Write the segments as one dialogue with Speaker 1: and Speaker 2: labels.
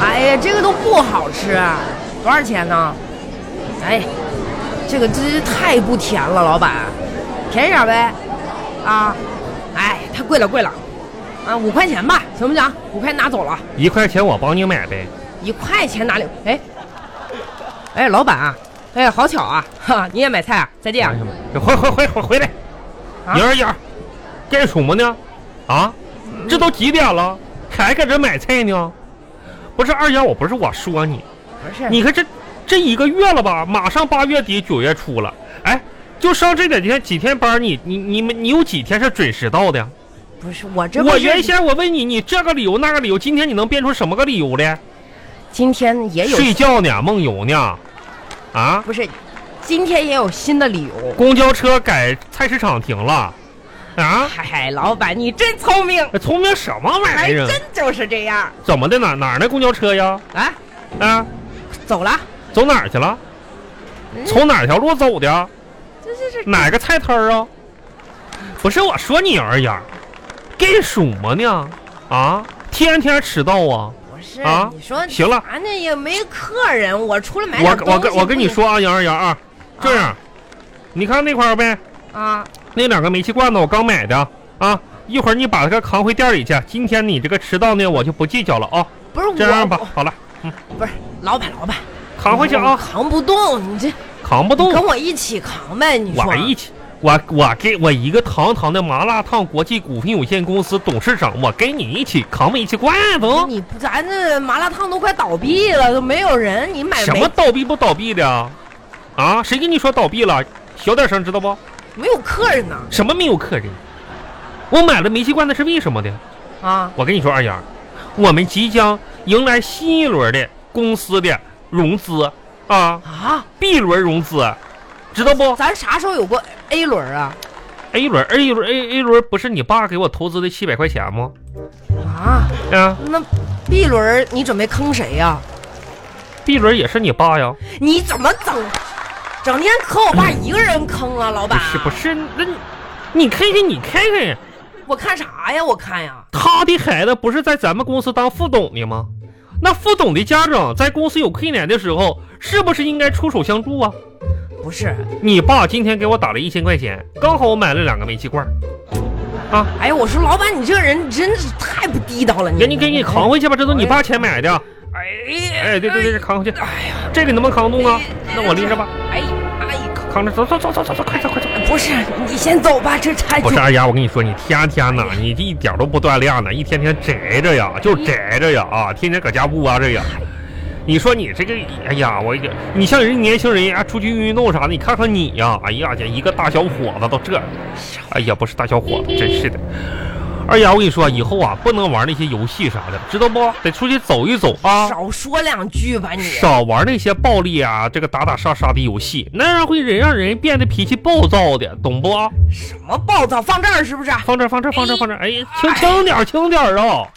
Speaker 1: 哎吃，多少钱呢？哎，这个真是太不甜了，老板，便宜点呗。啊，哎，太贵了，贵了。啊，五块钱吧，行不行？五块拿走了，
Speaker 2: 一块钱我帮你买呗。
Speaker 1: 一块钱哪里？哎，哎，老板啊，哎，好巧啊，哈，你也买菜啊？再见啊。
Speaker 2: 哎呀妈回回回回回来，
Speaker 1: 啊
Speaker 2: 莹儿莹儿，干什么呢？啊，
Speaker 1: 嗯
Speaker 2: 这都几点了，还搁这买菜呢？不是二丫，我不是我说你，
Speaker 1: 不是
Speaker 2: 你看这这一个月了吧，马上八月底九月初了，哎，就上这点天几天班儿，你你你们你有几天是准时到的呀？
Speaker 1: 不是我这不
Speaker 2: 我
Speaker 1: 是
Speaker 2: 原先我问你，你这个理由那个理由，今天你能变出什么个理由来？
Speaker 1: 今天也有
Speaker 2: 睡觉呢，梦游呢，啊？
Speaker 1: 不是，今天也有新的理由。
Speaker 2: 公交车改菜市场停了，啊？
Speaker 1: 嗨，老板你真聪明，
Speaker 2: 聪明什么玩
Speaker 1: 还
Speaker 2: 意儿
Speaker 1: 真
Speaker 2: 啊？
Speaker 1: 就是这样。
Speaker 2: 怎么的哪哪儿呢？公交车呀？
Speaker 1: 啊，
Speaker 2: 啊，
Speaker 1: 走了，
Speaker 2: 走哪儿去了？
Speaker 1: 嗯
Speaker 2: 从哪条路走的？
Speaker 1: 这这这
Speaker 2: 哪个菜摊儿啊？不是我说你啊儿呀，干什么呢？啊，天天迟到啊！
Speaker 1: 不是、
Speaker 2: 啊
Speaker 1: 你说
Speaker 2: 行了
Speaker 1: 咱这也没客人，我出来买点
Speaker 2: 我
Speaker 1: 东西
Speaker 2: 我跟我跟你
Speaker 1: 不行
Speaker 2: 说啊，杨儿杨儿啊，这样，你看那块儿呗，
Speaker 1: 啊，
Speaker 2: 那两个煤气罐子我刚买的啊，一会儿你把它扛回店里去。今天你这个迟到呢，我就不计较了啊。
Speaker 1: 不是我
Speaker 2: 这样吧
Speaker 1: 我，
Speaker 2: 好了，
Speaker 1: 不是老板老板，
Speaker 2: 扛回去
Speaker 1: 我
Speaker 2: 啊，
Speaker 1: 扛不动，你这
Speaker 2: 扛不动
Speaker 1: 你跟我一起扛呗，你说
Speaker 2: 我一起，我我给我一个堂堂的麻辣烫国际股份有限公司董事长，我跟你一起扛煤气罐子，
Speaker 1: 哎你不咱这麻辣烫都快倒闭了，都没有人，你买
Speaker 2: 什
Speaker 1: 没
Speaker 2: 么倒闭不倒闭的啊？啊，谁跟你说倒闭了？小点声，知道不？
Speaker 1: 没有客人呢
Speaker 2: 什么没有客人？我买了煤气罐子是为什么的？
Speaker 1: 啊？
Speaker 2: 我跟你说，二丫，我们即将迎来新一轮的公司的融资啊
Speaker 1: 啊，
Speaker 2: ，B 轮融资，知道不
Speaker 1: 咱啥时候有过 A 轮啊？
Speaker 2: ？A 轮，A 轮，A A 轮不是你爸给我投资的七百块钱吗？
Speaker 1: 啊，
Speaker 2: 啊
Speaker 1: 那 B 轮你准备坑谁呀、
Speaker 2: ，B 轮也是你爸呀。
Speaker 1: 你怎么整？整天坑我爸一个人坑啊，老
Speaker 2: 不
Speaker 1: 板！
Speaker 2: 是不是，那你你看看你看看，
Speaker 1: 我看啥呀？我看呀，
Speaker 2: 他的孩子不是在咱们公司当副董的吗？那副董的家长在公司有困难的时候，是不是应该出手相助啊？
Speaker 1: 不是，
Speaker 2: 你爸今天给我打了一千块钱，刚好我买了两个煤气罐儿，
Speaker 1: 哎呀，我说老板，你这个人真是太不地道了，你
Speaker 2: 给你给你扛回去吧，这都你爸钱买的。
Speaker 1: 哎
Speaker 2: 哎，对对对，扛回去，
Speaker 1: 哎呀，
Speaker 2: 这个能不能扛得动啊？那我拎着吧，
Speaker 1: 哎哎呀，
Speaker 2: 扛着，走走走走走走，快走快走。
Speaker 1: 不是，你先走吧，哎这太
Speaker 2: 不是二丫，我跟你说，你天天呐，你这一点都不锻炼呢，一天天宅着
Speaker 1: 哎
Speaker 2: 呀，就宅着呀啊，天天搁家不窝着呀。你说你这个，哎呀，我一个，你像人家年轻人啊，出去运运动啥的，你看看你呀、哎呀，这一个大小伙子都这，哎呀，不是大小伙子，真是的。二丫，我跟你说，以后啊，不能玩那些游戏啥的，知道不？得出去走一走啊，
Speaker 1: 少说两句吧，你
Speaker 2: 少玩那些暴力啊，这个打打杀杀的游戏，那样会人让人变得脾气暴躁的，懂不啊？
Speaker 1: 什么暴躁放这儿是不是？
Speaker 2: 放这儿，放这儿，放这儿，放这儿！哎呀，轻轻点儿，轻点儿啊！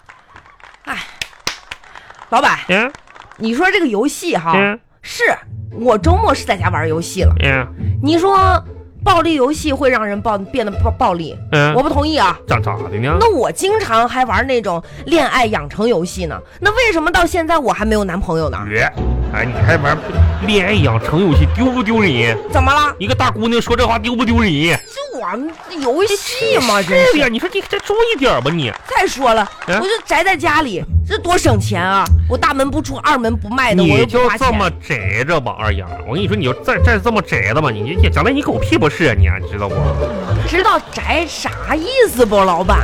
Speaker 1: 老板，
Speaker 2: 嗯
Speaker 1: 你说这个游戏哈，
Speaker 2: 嗯
Speaker 1: 是我周末是在家玩游戏了，
Speaker 2: 嗯
Speaker 1: 你说暴力游戏会让人暴变得暴暴力，
Speaker 2: 嗯，
Speaker 1: 我不同意啊。
Speaker 2: 咋咋的呢？
Speaker 1: 那我经常还玩那种恋爱养成游戏呢，那为什么到现在我还没有男朋友呢？
Speaker 2: 别，哎，你还玩恋爱养成游戏，丢不丢人？
Speaker 1: 怎么了？
Speaker 2: 一个大姑娘说这话丢不丢人？
Speaker 1: 就玩游戏嘛，真
Speaker 2: 是的
Speaker 1: 是。
Speaker 2: 呀，
Speaker 1: 哎
Speaker 2: 你说这这注意点儿吧你。
Speaker 1: 再说了，
Speaker 2: 嗯
Speaker 1: 我就宅在家里，这多省钱啊！我大门不出二门不迈的，我
Speaker 2: 你
Speaker 1: 又不
Speaker 2: 就
Speaker 1: 花
Speaker 2: 这
Speaker 1: 钱。
Speaker 2: 么宅着吧，二丫，我跟你说，你就再再这么宅着吧，你你将来你狗屁不是啊你啊，知道不？
Speaker 1: 知道宅啥意思不，老板？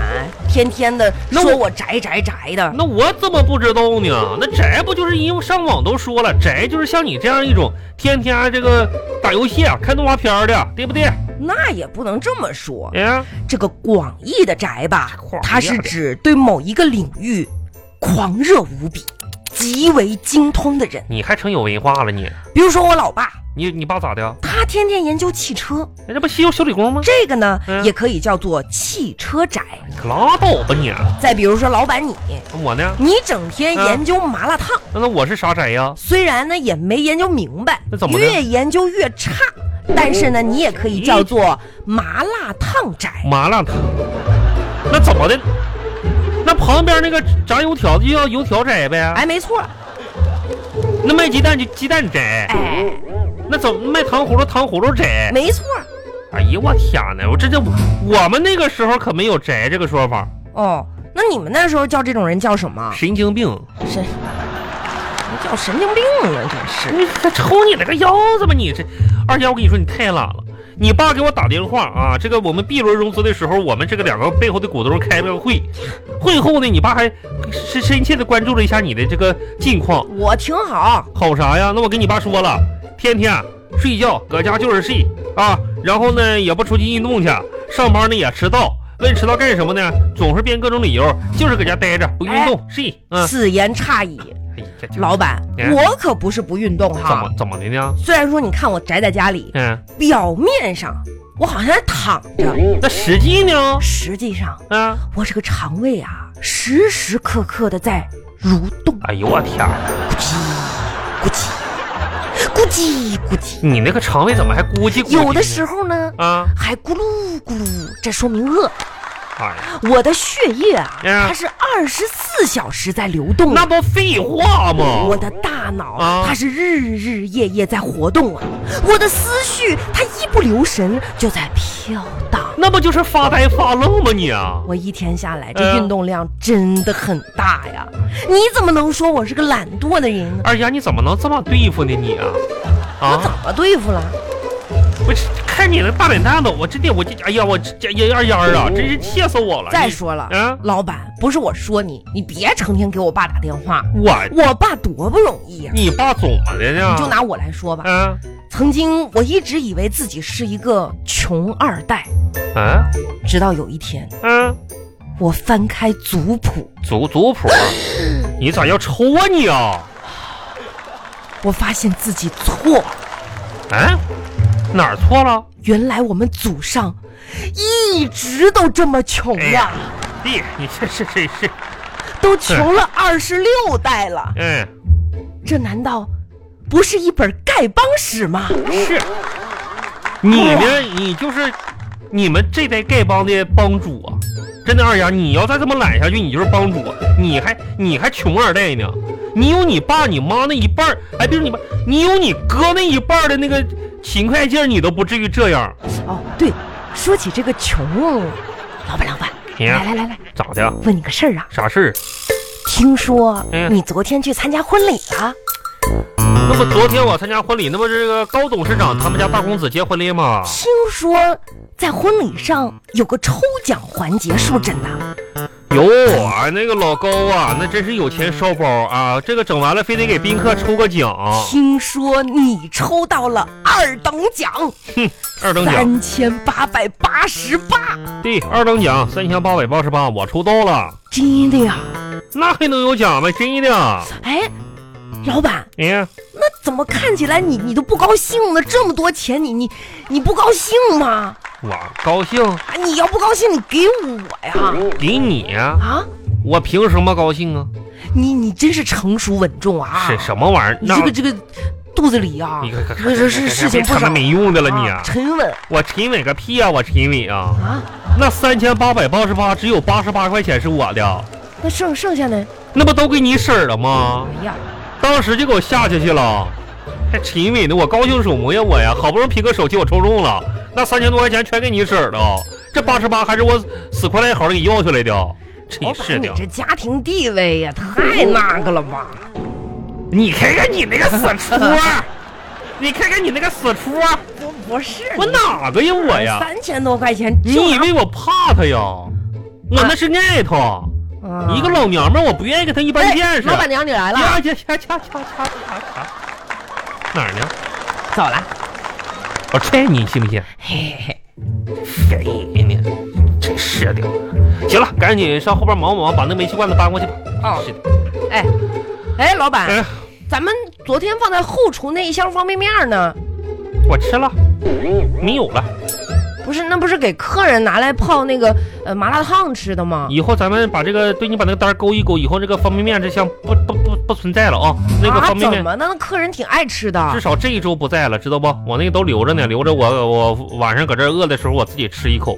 Speaker 1: 天天的
Speaker 2: 那
Speaker 1: 说
Speaker 2: 我
Speaker 1: 我宅宅宅的，
Speaker 2: 那我怎么不知道呢？那宅不就是因为上网都说了，宅就是像你这样一种天天这个打游戏啊、看动画片儿的，对不对？
Speaker 1: 那也不能这么说。
Speaker 2: 嗯。
Speaker 1: 这个广义的宅吧
Speaker 2: 广义啊，
Speaker 1: 它是指对某一个领域狂热无比、极为精通的人。
Speaker 2: 你还成有文化了你？
Speaker 1: 比如说我老爸，
Speaker 2: 你你爸咋的？哎
Speaker 1: 他天天研究汽车，
Speaker 2: 那这不西游小理工吗？
Speaker 1: 这个呢、
Speaker 2: 嗯
Speaker 1: 也可以叫做汽车宅。
Speaker 2: 你可拉倒吧你！啊
Speaker 1: 再比如说老板你，
Speaker 2: 我呢？
Speaker 1: 你整天
Speaker 2: 嗯
Speaker 1: 研究麻辣烫，
Speaker 2: 那那我是啥宅呀？
Speaker 1: 虽然呢也没研究明白
Speaker 2: 那怎，么的嗯
Speaker 1: 越研究越差，但是呢你也可以叫做麻辣烫宅。
Speaker 2: 麻辣烫。那怎么的？那旁边那个炸油条的就叫油条宅呗？
Speaker 1: 哎，没错，
Speaker 2: 那卖鸡蛋就鸡蛋窄，
Speaker 1: 哎，
Speaker 2: 那怎么卖糖葫芦糖葫芦窄？
Speaker 1: 没错儿。
Speaker 2: 哎呀，我天哪！我这就我们那个时候可没有宅这个说法，
Speaker 1: 哦，那你们那时候叫这种人叫什么？
Speaker 2: 神经病！
Speaker 1: 神，叫神经病啊！真是。
Speaker 2: 你还抽你那个腰子吧你这二丫，我跟你说你太懒了。你爸给我打电话啊，这个我们 B 轮融资的时候，我们这个两个背后的股东开了个会，会后呢，你爸还深深切的关注了一下你的这个近况，
Speaker 1: 我挺好，
Speaker 2: 好啥呀？那我跟你爸说了，天天啊睡觉搁家就是睡啊，然后呢也不出去运动去，上班呢也迟到。问迟到干什么呢？总是编各种理由，就是搁家待着不运动睡。嗯，
Speaker 1: 此言差矣。
Speaker 2: 哎呀，这
Speaker 1: 老板，
Speaker 2: 哎
Speaker 1: 我可不是不运动
Speaker 2: 怎么
Speaker 1: 哈。
Speaker 2: 怎么的呢？
Speaker 1: 虽然说你看我宅在家里，
Speaker 2: 嗯，
Speaker 1: 表面上我好像在躺着，
Speaker 2: 那实际呢？
Speaker 1: 实际上
Speaker 2: 啊，
Speaker 1: 我这个肠胃啊，时时刻刻的在蠕动，
Speaker 2: 哎呦我天儿，
Speaker 1: 咕叽咕叽咕叽咕叽，
Speaker 2: 你那个肠胃怎么还咕叽咕叽呢？
Speaker 1: 有的时候呢
Speaker 2: 啊，
Speaker 1: 还咕噜咕噜，这说明饿。
Speaker 2: 哎呀，
Speaker 1: 我的血液啊，
Speaker 2: 嗯
Speaker 1: 它是二十四小时在流动的
Speaker 2: 那不废话吗？
Speaker 1: 嗯我的大脑、
Speaker 2: 啊
Speaker 1: 它是日日夜夜在活动啊，我的思绪它一不留神就在飘荡。
Speaker 2: 那不就是发呆发愣吗你啊？
Speaker 1: 我一天下来，
Speaker 2: 嗯
Speaker 1: 这运动量真的很大呀！你怎么能说我是个懒惰的人呢？
Speaker 2: 二哎丫，你怎么能这么对付呢你啊？
Speaker 1: 我怎
Speaker 2: 啊，
Speaker 1: 么对付了？
Speaker 2: 我这看你那大脸蛋子，我真的我这哎呀我这这二丫啊，真是气死我了。
Speaker 1: 嗯再
Speaker 2: 你
Speaker 1: 说了，
Speaker 2: 啊，
Speaker 1: 老板，不是我说你，你别成天给我爸打电话，
Speaker 2: 我
Speaker 1: 我爸多不容易呀、
Speaker 2: 你啊爸怎么的呢？
Speaker 1: 你就拿我来说吧，
Speaker 2: 啊
Speaker 1: 曾经我一直以为自己是一个穷二代，
Speaker 2: 啊
Speaker 1: 直到有一天，
Speaker 2: 啊，
Speaker 1: 我翻开族谱，
Speaker 2: 族族谱，你咋要抽啊你啊？
Speaker 1: 我发现自己错了。
Speaker 2: 哎，哪儿错了？
Speaker 1: 原来我们祖上一直都这么穷
Speaker 2: 哎
Speaker 1: 呀
Speaker 2: 呀，，弟，你这是这是，
Speaker 1: 都穷了二十六代了。
Speaker 2: 嗯。
Speaker 1: 这难道不是一本丐帮史吗？
Speaker 2: 是，你呢？你就是你们这代丐帮的帮主啊！真的二丫，你要再这么懒下去，你就是帮主，啊你还你还穷二代呢！你有你爸你妈那一半儿，哎，别说你爸，你有你哥那一半儿的那个勤快劲儿，你都不至于这样。
Speaker 1: 哦，对，说起这个穷，老板，老板，
Speaker 2: 你
Speaker 1: 来来来来，
Speaker 2: 咋的？
Speaker 1: 问你个事儿啊，
Speaker 2: 啥事儿？
Speaker 1: 听说
Speaker 2: 嗯
Speaker 1: 你昨天去参加婚礼了？
Speaker 2: 那不昨天我参加婚礼，那不这个高董事长他们家大公子结婚了吗？
Speaker 1: 听说在婚礼上有个抽奖环节，是不是真的？啊
Speaker 2: 哟，俺那个老高啊，那真是有钱烧包啊！这个整完了，非得给宾客抽个奖，
Speaker 1: 听说你抽到了二等奖，
Speaker 2: 嗯二等奖。
Speaker 1: 三千八百八十八，
Speaker 2: 对，二等奖三千八百八十八，我抽到了，
Speaker 1: 真的呀？
Speaker 2: 那还能有奖吗？真的！
Speaker 1: 哎，老板，
Speaker 2: 哎呀，
Speaker 1: 那怎么看起来你你都不高兴呢？这么多钱，你你你不高兴吗？
Speaker 2: 我高兴，
Speaker 1: 啊，你要不高兴，你给我呀！
Speaker 2: 给你啊，
Speaker 1: 啊，
Speaker 2: 我凭什么高兴啊？
Speaker 1: 你你真是成熟稳重啊！
Speaker 2: 是什么玩意儿？
Speaker 1: 你这个这个肚子里啊，
Speaker 2: 你看看看
Speaker 1: 这
Speaker 2: 看
Speaker 1: 这
Speaker 2: 看
Speaker 1: 是
Speaker 2: 看
Speaker 1: 事情
Speaker 2: 别
Speaker 1: 不
Speaker 2: 扯
Speaker 1: 少
Speaker 2: 那没用的了你
Speaker 1: 啊
Speaker 2: 啊！
Speaker 1: 沉稳
Speaker 2: 我沉稳个屁啊！我沉稳啊！
Speaker 1: 啊。
Speaker 2: 那三千八百八十八，只有八十八块钱是我的，
Speaker 1: 那剩剩下呢？
Speaker 2: 那不都给你婶儿了吗？
Speaker 1: 哎呀，
Speaker 2: 当时就给我下下去了，还沉稳呢，我高兴什么呀我呀？好不容易拼个手气，我抽中了，那三千多块钱全给你婶儿了，这八十八还是我死快来好的给要下来的，真
Speaker 1: 老
Speaker 2: 是
Speaker 1: 板，你
Speaker 2: 的！
Speaker 1: 这家庭地位呀，太那个了吧？
Speaker 2: 你看看你那个死出 儿，你看看你那个死出儿，
Speaker 1: 不不是，
Speaker 2: 我哪个呀我哎呀？
Speaker 1: 三千多块钱
Speaker 2: 你
Speaker 1: 就
Speaker 2: 以为我怕他呀？我那是爱他，
Speaker 1: 啊
Speaker 2: 一个老娘们儿，我不愿意跟他一般
Speaker 1: 哎
Speaker 2: 见识。
Speaker 1: 老板娘，你来了，
Speaker 2: 呀呀呀呀呀呀呀呀！哪儿呢？
Speaker 1: 走了。
Speaker 2: 我踹你信不信？
Speaker 1: 嘿嘿嘿，
Speaker 2: 便宜呢，真是的。行了，赶紧上后边忙忙，把那煤气罐子搬过去吧。
Speaker 1: 哦
Speaker 2: 是的。
Speaker 1: 哎，哎，老板，
Speaker 2: 哎，
Speaker 1: 咱们昨天放在后厨那一箱方便面呢？
Speaker 2: 我吃了，没有了。
Speaker 1: 不是，那不是给客人拿来泡那个呃麻辣烫吃的吗？
Speaker 2: 以后咱们把这个，对你把那个单勾一勾，以后这个方便面这项不不不不存在了啊。那个
Speaker 1: 啊
Speaker 2: 方便面
Speaker 1: 怎么呢？那客人挺爱吃的
Speaker 2: 至。少这一周不在了，知道不？我那个都留着
Speaker 1: 嗯
Speaker 2: 呢，留着我我晚上搁这儿饿的时候我自己吃一口。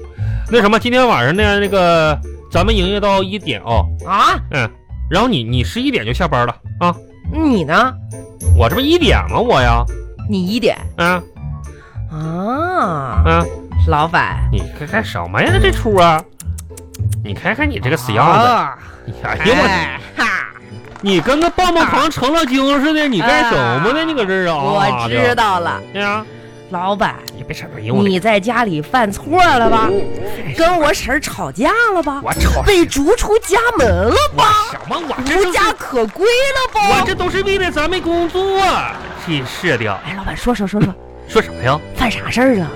Speaker 2: 那什么，今天晚上呢，那个咱们营业到一点啊、
Speaker 1: 啊，
Speaker 2: 嗯，然后你你十一点就下班了啊，
Speaker 1: 你呢？
Speaker 2: 我这不一点吗？我呀，
Speaker 1: 你一点
Speaker 2: 啊
Speaker 1: 啊？
Speaker 2: 啊，
Speaker 1: 老板，
Speaker 2: 你看看什么呀？这出啊！你看看你这个死样子！
Speaker 1: 哦
Speaker 2: 哎呀我，
Speaker 1: 哎哈，
Speaker 2: 你跟个棒棒糖成了精似的，你干什么呢？你搁这儿啊？
Speaker 1: 我知道了，
Speaker 2: 对哎呀，
Speaker 1: 老板，
Speaker 2: 你别扯皮我哎
Speaker 1: 你在家里犯错了吧？跟我婶儿吵架了吧？
Speaker 2: 我瞅
Speaker 1: 被逐出家门了
Speaker 2: 我
Speaker 1: 吧？
Speaker 2: 什么我这
Speaker 1: 无
Speaker 2: 都是
Speaker 1: 家可归了
Speaker 2: 我
Speaker 1: 吧？
Speaker 2: 这都是为了咱们工作，真是的。
Speaker 1: 哎，老板，说说说说，
Speaker 2: 说啥呀？
Speaker 1: 犯啥事儿了？啊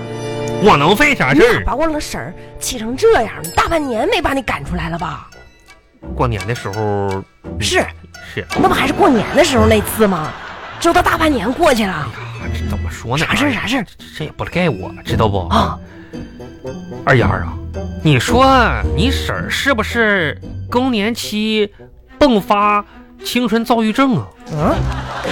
Speaker 2: 我能费啥
Speaker 1: 你
Speaker 2: 事
Speaker 1: 咋
Speaker 2: 儿？
Speaker 1: 把我老婶儿气成这样？大半年没把你赶出来了吧？
Speaker 2: 过年的时候
Speaker 1: 是，
Speaker 2: 是，
Speaker 1: 那不还是过年的时候那次吗？这都大半年过去了
Speaker 2: 啊，这怎么说呢？
Speaker 1: 啥事儿啥事儿
Speaker 2: 这这也不赖我，知道不？
Speaker 1: 啊！
Speaker 2: 二丫啊，你说你婶儿是不是更年期迸发青春躁郁症啊？
Speaker 1: 嗯，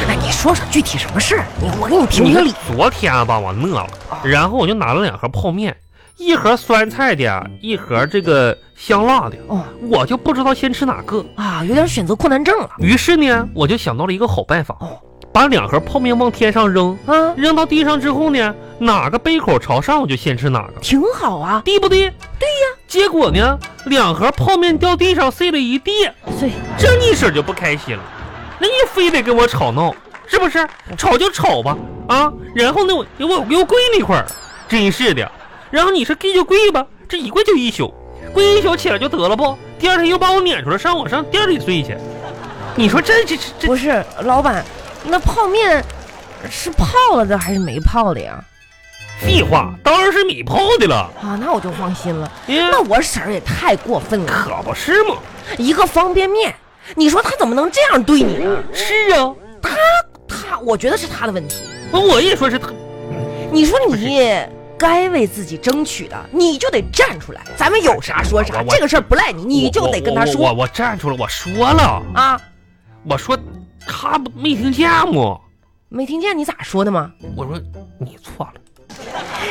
Speaker 1: 哎，你说说具体什么事儿？你我给你评
Speaker 2: 你
Speaker 1: 评
Speaker 2: 看
Speaker 1: 理。啊
Speaker 2: 昨天吧，我饿了，然后我就拿了两盒泡面，一盒酸菜的，一盒这个香辣的，
Speaker 1: 哦
Speaker 2: 我就不知道先吃哪个。
Speaker 1: 啊，有点选择困难症了
Speaker 2: 于是呢，我就想到了一个好办法
Speaker 1: 哦，
Speaker 2: 把两盒泡面往天上扔，
Speaker 1: 啊，
Speaker 2: 扔到地上之后呢，哪个杯口朝上，我就先吃哪个，
Speaker 1: 挺好啊。
Speaker 2: 对不对？对呀。结果呢，两盒泡面掉地上碎了一地，
Speaker 1: 所以
Speaker 2: 这你婶就不开心了，那你非得跟我吵闹，是不是？
Speaker 1: 嗯
Speaker 2: 吵就吵吧，啊，然后呢，我给我给我跪那块儿，真是的。然后你说跪就跪吧，这一跪就一宿，跪一宿起来就得了不？第二天又把我撵出来，上我上店里睡去。你说这这这这
Speaker 1: 不是老板，那泡面是泡了的还是没泡的呀？
Speaker 2: 废话，当然是米泡的了，
Speaker 1: 啊，那我就放心了。
Speaker 2: 哎呀
Speaker 1: 那我婶儿也太过分了，
Speaker 2: 可不是嘛？
Speaker 1: 一个方便面，你说她怎么能这样对你呢？
Speaker 2: 是啊，
Speaker 1: 她，我觉得是她的问题。
Speaker 2: 我也说是他，
Speaker 1: 你说你
Speaker 2: 哎
Speaker 1: 该为自己争取的，你就得站出来。咱们有啥说啥
Speaker 2: 哎我，我
Speaker 1: 这个事儿不赖你，你就得跟她
Speaker 2: 我我
Speaker 1: 说
Speaker 2: 我我站出来，我说了，
Speaker 1: 啊。
Speaker 2: 我说他不没听见吗？
Speaker 1: 没听见你咋说的吗？
Speaker 2: 我说你错了。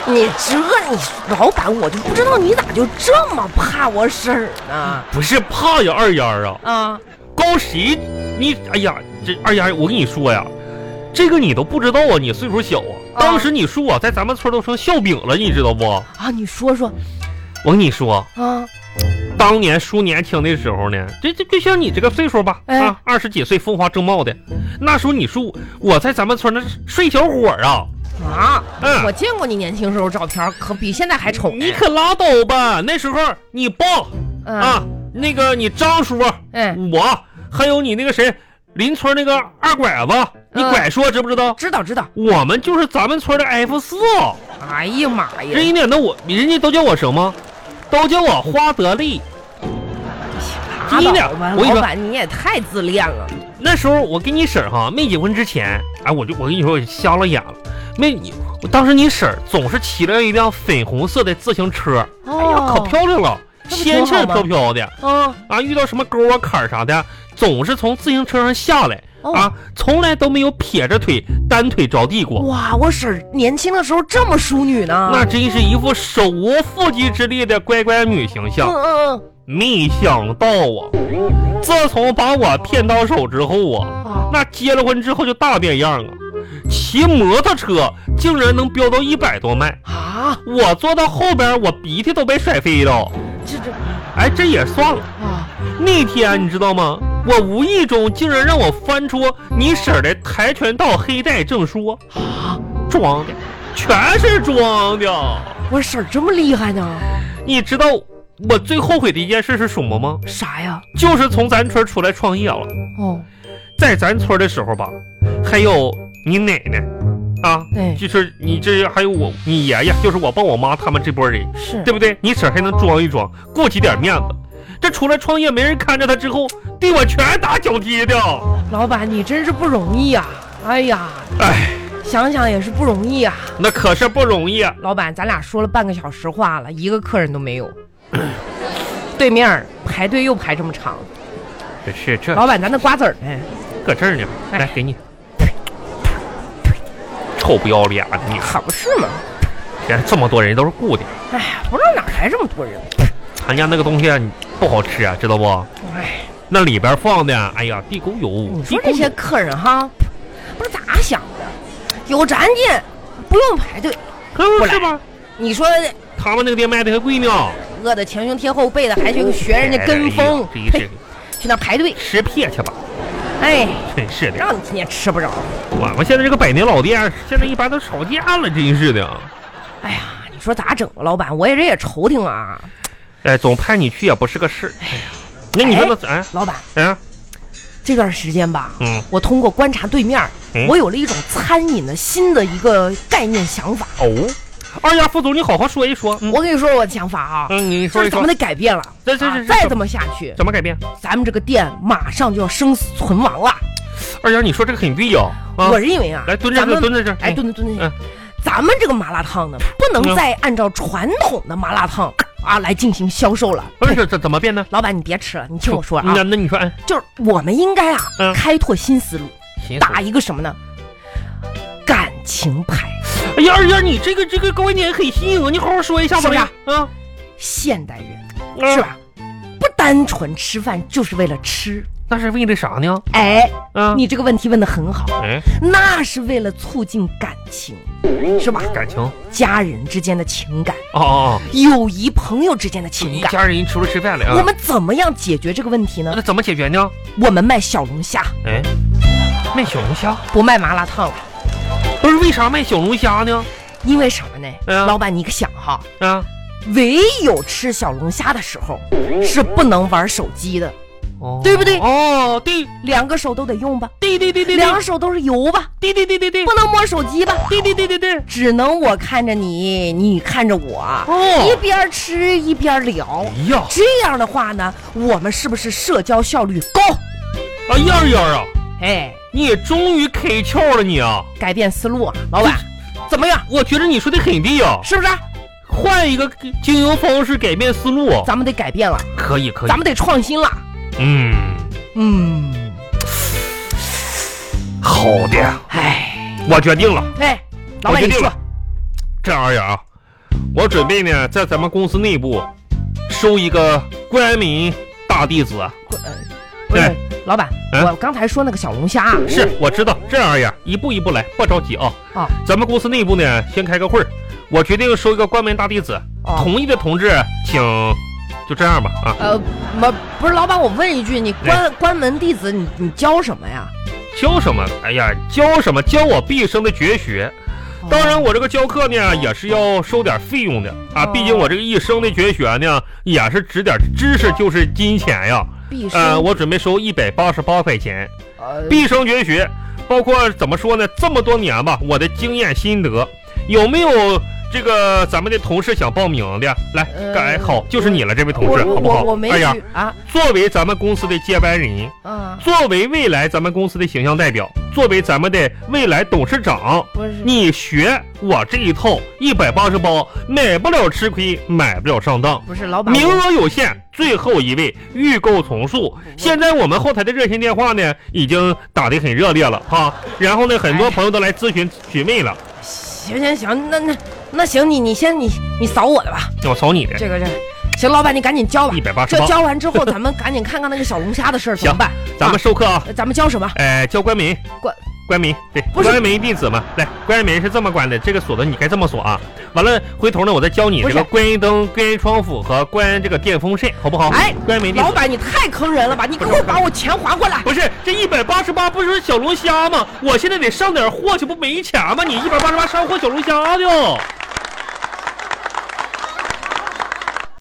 Speaker 1: 你这你老板，我就不知道你咋就这么怕我婶儿呢？
Speaker 2: 不是怕呀，二丫啊，
Speaker 1: 啊，
Speaker 2: 高谁？你哎呀，这二丫，我跟你说呀，这个你都不知道啊，你岁数小啊。
Speaker 1: 啊
Speaker 2: 当时你说我在咱们村都成笑柄了，你知道不？
Speaker 1: 啊，你说说
Speaker 2: 我跟你说，
Speaker 1: 啊，
Speaker 2: 当年叔年轻的时候呢，这这就像你这个岁数吧，
Speaker 1: 哎
Speaker 2: 啊，二十几岁风华正茂的，那时候你叔我在咱们村那是睡小伙儿啊，
Speaker 1: 啊！
Speaker 2: 嗯
Speaker 1: 我见过你年轻时候照片，可比现在还丑呢。
Speaker 2: 你可拉倒吧，那时候你爸
Speaker 1: 嗯，
Speaker 2: 啊，那个你张叔，啊
Speaker 1: 哎，
Speaker 2: 我还有你那个谁，邻村那个二拐子，你
Speaker 1: 嗯
Speaker 2: 拐说知不知道？
Speaker 1: 知道知道。
Speaker 2: 我们就是咱们村的 F 四，
Speaker 1: 哎呀妈
Speaker 2: 人
Speaker 1: 呀！
Speaker 2: 一点那我人家都叫我什么？都叫我花得力。
Speaker 1: 拉
Speaker 2: 低
Speaker 1: 倒
Speaker 2: 点
Speaker 1: 吧，
Speaker 2: 我跟你
Speaker 1: 老
Speaker 2: 说
Speaker 1: 板你也太自恋了。
Speaker 2: 那时候我跟你婶儿哈没结婚之前，哎，我就我跟你说我瞎了眼了，没你，我当时你婶儿总是骑了一辆粉红色的自行车，
Speaker 1: 哦
Speaker 2: 哎呀，可漂亮了，
Speaker 1: 那不挺
Speaker 2: 仙气儿
Speaker 1: 好吗
Speaker 2: 飘飘的
Speaker 1: 啊！
Speaker 2: 啊！遇到什么沟啊坎儿啥的，总是从自行车上下来
Speaker 1: 哦
Speaker 2: 啊，从来都没有撇着腿单腿着地过。
Speaker 1: 哇，我婶儿年轻的时候这么淑女呢。
Speaker 2: 那真是一副手无缚鸡之力的乖乖女形象
Speaker 1: 嗯。嗯
Speaker 2: 没想到啊，自从把我骗到手之后啊，
Speaker 1: 嗯啊，
Speaker 2: 那结了婚之后就大变样啊，骑摩托车竟然能飙到一百多迈，
Speaker 1: 啊，
Speaker 2: 我坐到后边，我鼻涕都被甩飞了。
Speaker 1: 这这
Speaker 2: 哎，这也算了。
Speaker 1: 啊，
Speaker 2: 那天你知道吗？我无意中竟然让我翻出你婶儿的跆拳道黑带证书啊，装的，全是装的。
Speaker 1: 我婶儿这么厉害呢？
Speaker 2: 你知道我最后悔的一件事是什么吗？
Speaker 1: 啥呀？
Speaker 2: 就是从咱村出来创业了。
Speaker 1: 哦，
Speaker 2: 在咱村的时候吧，还有你奶奶，啊，
Speaker 1: 对，
Speaker 2: 就是你这还有我你爷爷，就是我爸我妈他们这波人，
Speaker 1: 是
Speaker 2: 对不对？你婶儿还能装一装，顾及点面子。这出来创业没人看着他之后，对我拳打脚踢的。
Speaker 1: 老板，你真是不容易呀、哎呀，
Speaker 2: 哎，
Speaker 1: 想想也是不容易呀、
Speaker 2: 那可是不容易啊。
Speaker 1: 老板，咱俩说了半个小时话了，一个客人都没有。 对面儿排队又排这么长，
Speaker 2: 这是这
Speaker 1: 老板，咱的瓜子儿呢？
Speaker 2: 搁这儿呢，
Speaker 1: 哎
Speaker 2: 来给你。臭不要脸的，你
Speaker 1: 可不是嘛！
Speaker 2: 看这么多人都是雇的，
Speaker 1: 哎呀，不知道哪儿来这么多人。
Speaker 2: 他家那个东西啊你不好吃啊，知道不？
Speaker 1: 哎，
Speaker 2: 那里边放的，哎呀，地沟油，
Speaker 1: 你
Speaker 2: 地
Speaker 1: 说
Speaker 2: 沟
Speaker 1: 这些
Speaker 2: 油
Speaker 1: 客人哈，不是咋想的，有咱店不用排队。
Speaker 2: 嗯
Speaker 1: 不来
Speaker 2: 是吧？
Speaker 1: 你说
Speaker 2: 他们那个店卖的还贵呢，
Speaker 1: 饿得前胸贴后背的，还去学人家跟风
Speaker 2: 哎呀，这
Speaker 1: 呸
Speaker 2: 是
Speaker 1: 去那排队，
Speaker 2: 吃撇去吧，
Speaker 1: 哎，
Speaker 2: 真是的。
Speaker 1: 让你天天吃不着。
Speaker 2: 我们现在这个百年老店，现在一般都吵架了，真是的。啊
Speaker 1: 哎呀，你说咋整啊，老板？我也这也愁挺啊。
Speaker 2: 哎，总派你去也不是个事。哎呀，那你说那哎
Speaker 1: 老板，
Speaker 2: 哎
Speaker 1: 这段时间吧，
Speaker 2: 嗯
Speaker 1: 我通过观察对面儿，
Speaker 2: 嗯
Speaker 1: 我有了一种餐饮的新的一个概念想法。
Speaker 2: 哦，二丫副总，你好好说一说。嗯
Speaker 1: 我跟你说我的想法啊，
Speaker 2: 嗯，你
Speaker 1: 就
Speaker 2: 说
Speaker 1: 是
Speaker 2: 一
Speaker 1: 咱
Speaker 2: 说
Speaker 1: 们得改变了。
Speaker 2: 这这这
Speaker 1: 啊
Speaker 2: 这
Speaker 1: 再这么下去，
Speaker 2: 怎么改变？
Speaker 1: 咱们这个店马上就要生死存亡了。
Speaker 2: 二丫，你说这个很必要啊
Speaker 1: 我。认为啊，
Speaker 2: 来蹲这
Speaker 1: 咱
Speaker 2: 儿，
Speaker 1: 们
Speaker 2: 蹲在这儿。
Speaker 1: 哎，
Speaker 2: 嗯
Speaker 1: 蹲蹲蹲
Speaker 2: 嗯
Speaker 1: 咱们这个麻辣烫呢，不能再按照传统的麻辣烫啊来进行销售了。
Speaker 2: 不是这这怎么变呢？
Speaker 1: 老板，你别吃了，你听我说啊，
Speaker 2: 那那你说，哎，
Speaker 1: 就是我们应该啊，
Speaker 2: 嗯
Speaker 1: 开拓新思路，
Speaker 2: 行
Speaker 1: 打一个什么呢？感情牌，
Speaker 2: 哎呀，二丫，你这个这个观点很新颖，你好好说一下吧。
Speaker 1: 是不是
Speaker 2: 啊，
Speaker 1: 现代人
Speaker 2: 嗯
Speaker 1: 是？吧？不单纯吃饭就是为了吃，
Speaker 2: 那是为了啥呢？
Speaker 1: 哎，
Speaker 2: 啊，
Speaker 1: 你这个问题问得很好，
Speaker 2: 哎，
Speaker 1: 那是为了促进感情，是吧？
Speaker 2: 感情哦
Speaker 1: 家人之间的情感，
Speaker 2: 哦，哦
Speaker 1: 友谊朋友之间的情
Speaker 2: 一
Speaker 1: 感。
Speaker 2: 家人除了吃饭了
Speaker 1: 我
Speaker 2: 啊，
Speaker 1: 们怎么样解决这个问题呢？
Speaker 2: 那怎么解决呢？
Speaker 1: 我们卖小龙虾，
Speaker 2: 哎，卖小龙虾，
Speaker 1: 不卖麻辣烫了，
Speaker 2: 不是为啥卖小龙虾呢？
Speaker 1: 因为什么呢？
Speaker 2: 嗯
Speaker 1: 老板，你可想哈，
Speaker 2: 啊，
Speaker 1: 唯有吃小龙虾的时候是不能玩手机的，
Speaker 2: 哦，
Speaker 1: 对不对
Speaker 2: 哦，对
Speaker 1: 两个手都得用吧，
Speaker 2: 对对对对
Speaker 1: 两手都是油吧，
Speaker 2: 对对对对对
Speaker 1: 不能摸手机吧，
Speaker 2: 对对对对对，
Speaker 1: 只能我看着你，你看着我，一
Speaker 2: 哦，
Speaker 1: 边吃一边聊。
Speaker 2: 哎呀，
Speaker 1: 这样的话呢，我们是不是社交效率高？
Speaker 2: 哎呀二丫啊，
Speaker 1: 哎，
Speaker 2: 你也终于开窍了你啊！
Speaker 1: 改变思路啊，老板，怎么样？
Speaker 2: 我觉得你说的很对呀，
Speaker 1: 是不啊是？
Speaker 2: 换一个经营方式，改变思路，
Speaker 1: 咱们得改变了，
Speaker 2: 可以可以
Speaker 1: 咱，们得创新了。
Speaker 2: 嗯，
Speaker 1: 嗯，
Speaker 2: 好的，
Speaker 1: 哎，
Speaker 2: 我决定了。
Speaker 1: 哎，老板
Speaker 2: 我决
Speaker 1: 你
Speaker 2: 定
Speaker 1: 说
Speaker 2: 了，这样呀啊，我准备呢在咱们公司内部收一个关门大弟子。
Speaker 1: 呃不是老板，
Speaker 2: 嗯
Speaker 1: 我刚才说那个小龙虾啊
Speaker 2: 是，我知道，这样呀，啊一步一步来，不着急啊。
Speaker 1: 啊
Speaker 2: 咱们公司内部呢，先开个会儿。我决定收一个关门大弟子，
Speaker 1: 哦，
Speaker 2: 同意的同志请，就这样吧啊。
Speaker 1: 呃，不不是老板，我问一句，你关关门弟子，你你教什么呀？
Speaker 2: 教什么？哎呀，教什么？教我毕生的绝学。
Speaker 1: 哦
Speaker 2: 当然，我这个教课呢，也是要收点费用的啊。
Speaker 1: 哦
Speaker 2: 毕竟我这个一生的绝学呢，也是指点知识就是金钱呀。
Speaker 1: 毕生
Speaker 2: 呃，我准备收一百八十八块钱，
Speaker 1: 呃
Speaker 2: 毕生绝学，包括怎么说呢？这么多年吧，我的经验心得，有没有这个咱们的同事想报名的？来，
Speaker 1: 呃
Speaker 2: 改好，就是你了，这位同
Speaker 1: 我
Speaker 2: 事，好不
Speaker 1: 我
Speaker 2: 好
Speaker 1: 我？没
Speaker 2: 哎呀，
Speaker 1: 去啊，
Speaker 2: 作为咱们公司的接班人，
Speaker 1: 嗯，
Speaker 2: 作为未来咱们公司的形象代表，作为咱们的未来董事长，
Speaker 1: 不是
Speaker 2: 你学我这一套一百八十包，买不了吃亏，买不了上当。
Speaker 1: 不是老板，
Speaker 2: 名
Speaker 1: 我
Speaker 2: 额有限，最后一位预购从速。
Speaker 1: 嗯
Speaker 2: 现在我们后台的热线电话呢，已经打得很热烈了哈、然后呢，很
Speaker 1: 哎
Speaker 2: 多朋友都来咨询询问了，
Speaker 1: 行行行，那那那行，你你先你你扫我的吧，
Speaker 2: 我扫你的
Speaker 1: 这个这个行，老板你赶紧教吧
Speaker 2: 一。百八十
Speaker 1: 这
Speaker 2: 八。
Speaker 1: 教完之后，咱们赶紧看看那个小龙虾的事儿怎么办？
Speaker 2: 咱们授课啊，
Speaker 1: 呃咱们教什么？
Speaker 2: 哎，教关门，
Speaker 1: 关
Speaker 2: 关门，对，
Speaker 1: 不是
Speaker 2: 关门弟子嘛。来，关门是这么关的，这个锁的你该这么锁啊。完了，回头呢，我再教你
Speaker 1: 不
Speaker 2: 这
Speaker 1: 是
Speaker 2: 个关灯、关窗户和关这个电风扇，好不好？
Speaker 1: 哎
Speaker 2: 关门弟
Speaker 1: 老
Speaker 2: 子。
Speaker 1: 板，你太坑人了吧！你给
Speaker 2: 不是
Speaker 1: 我把我钱还回来！
Speaker 2: 不是这一百八十八不是小龙虾吗？我现在得上点货去，不没钱吗？你一百八十八上货小龙虾的哦，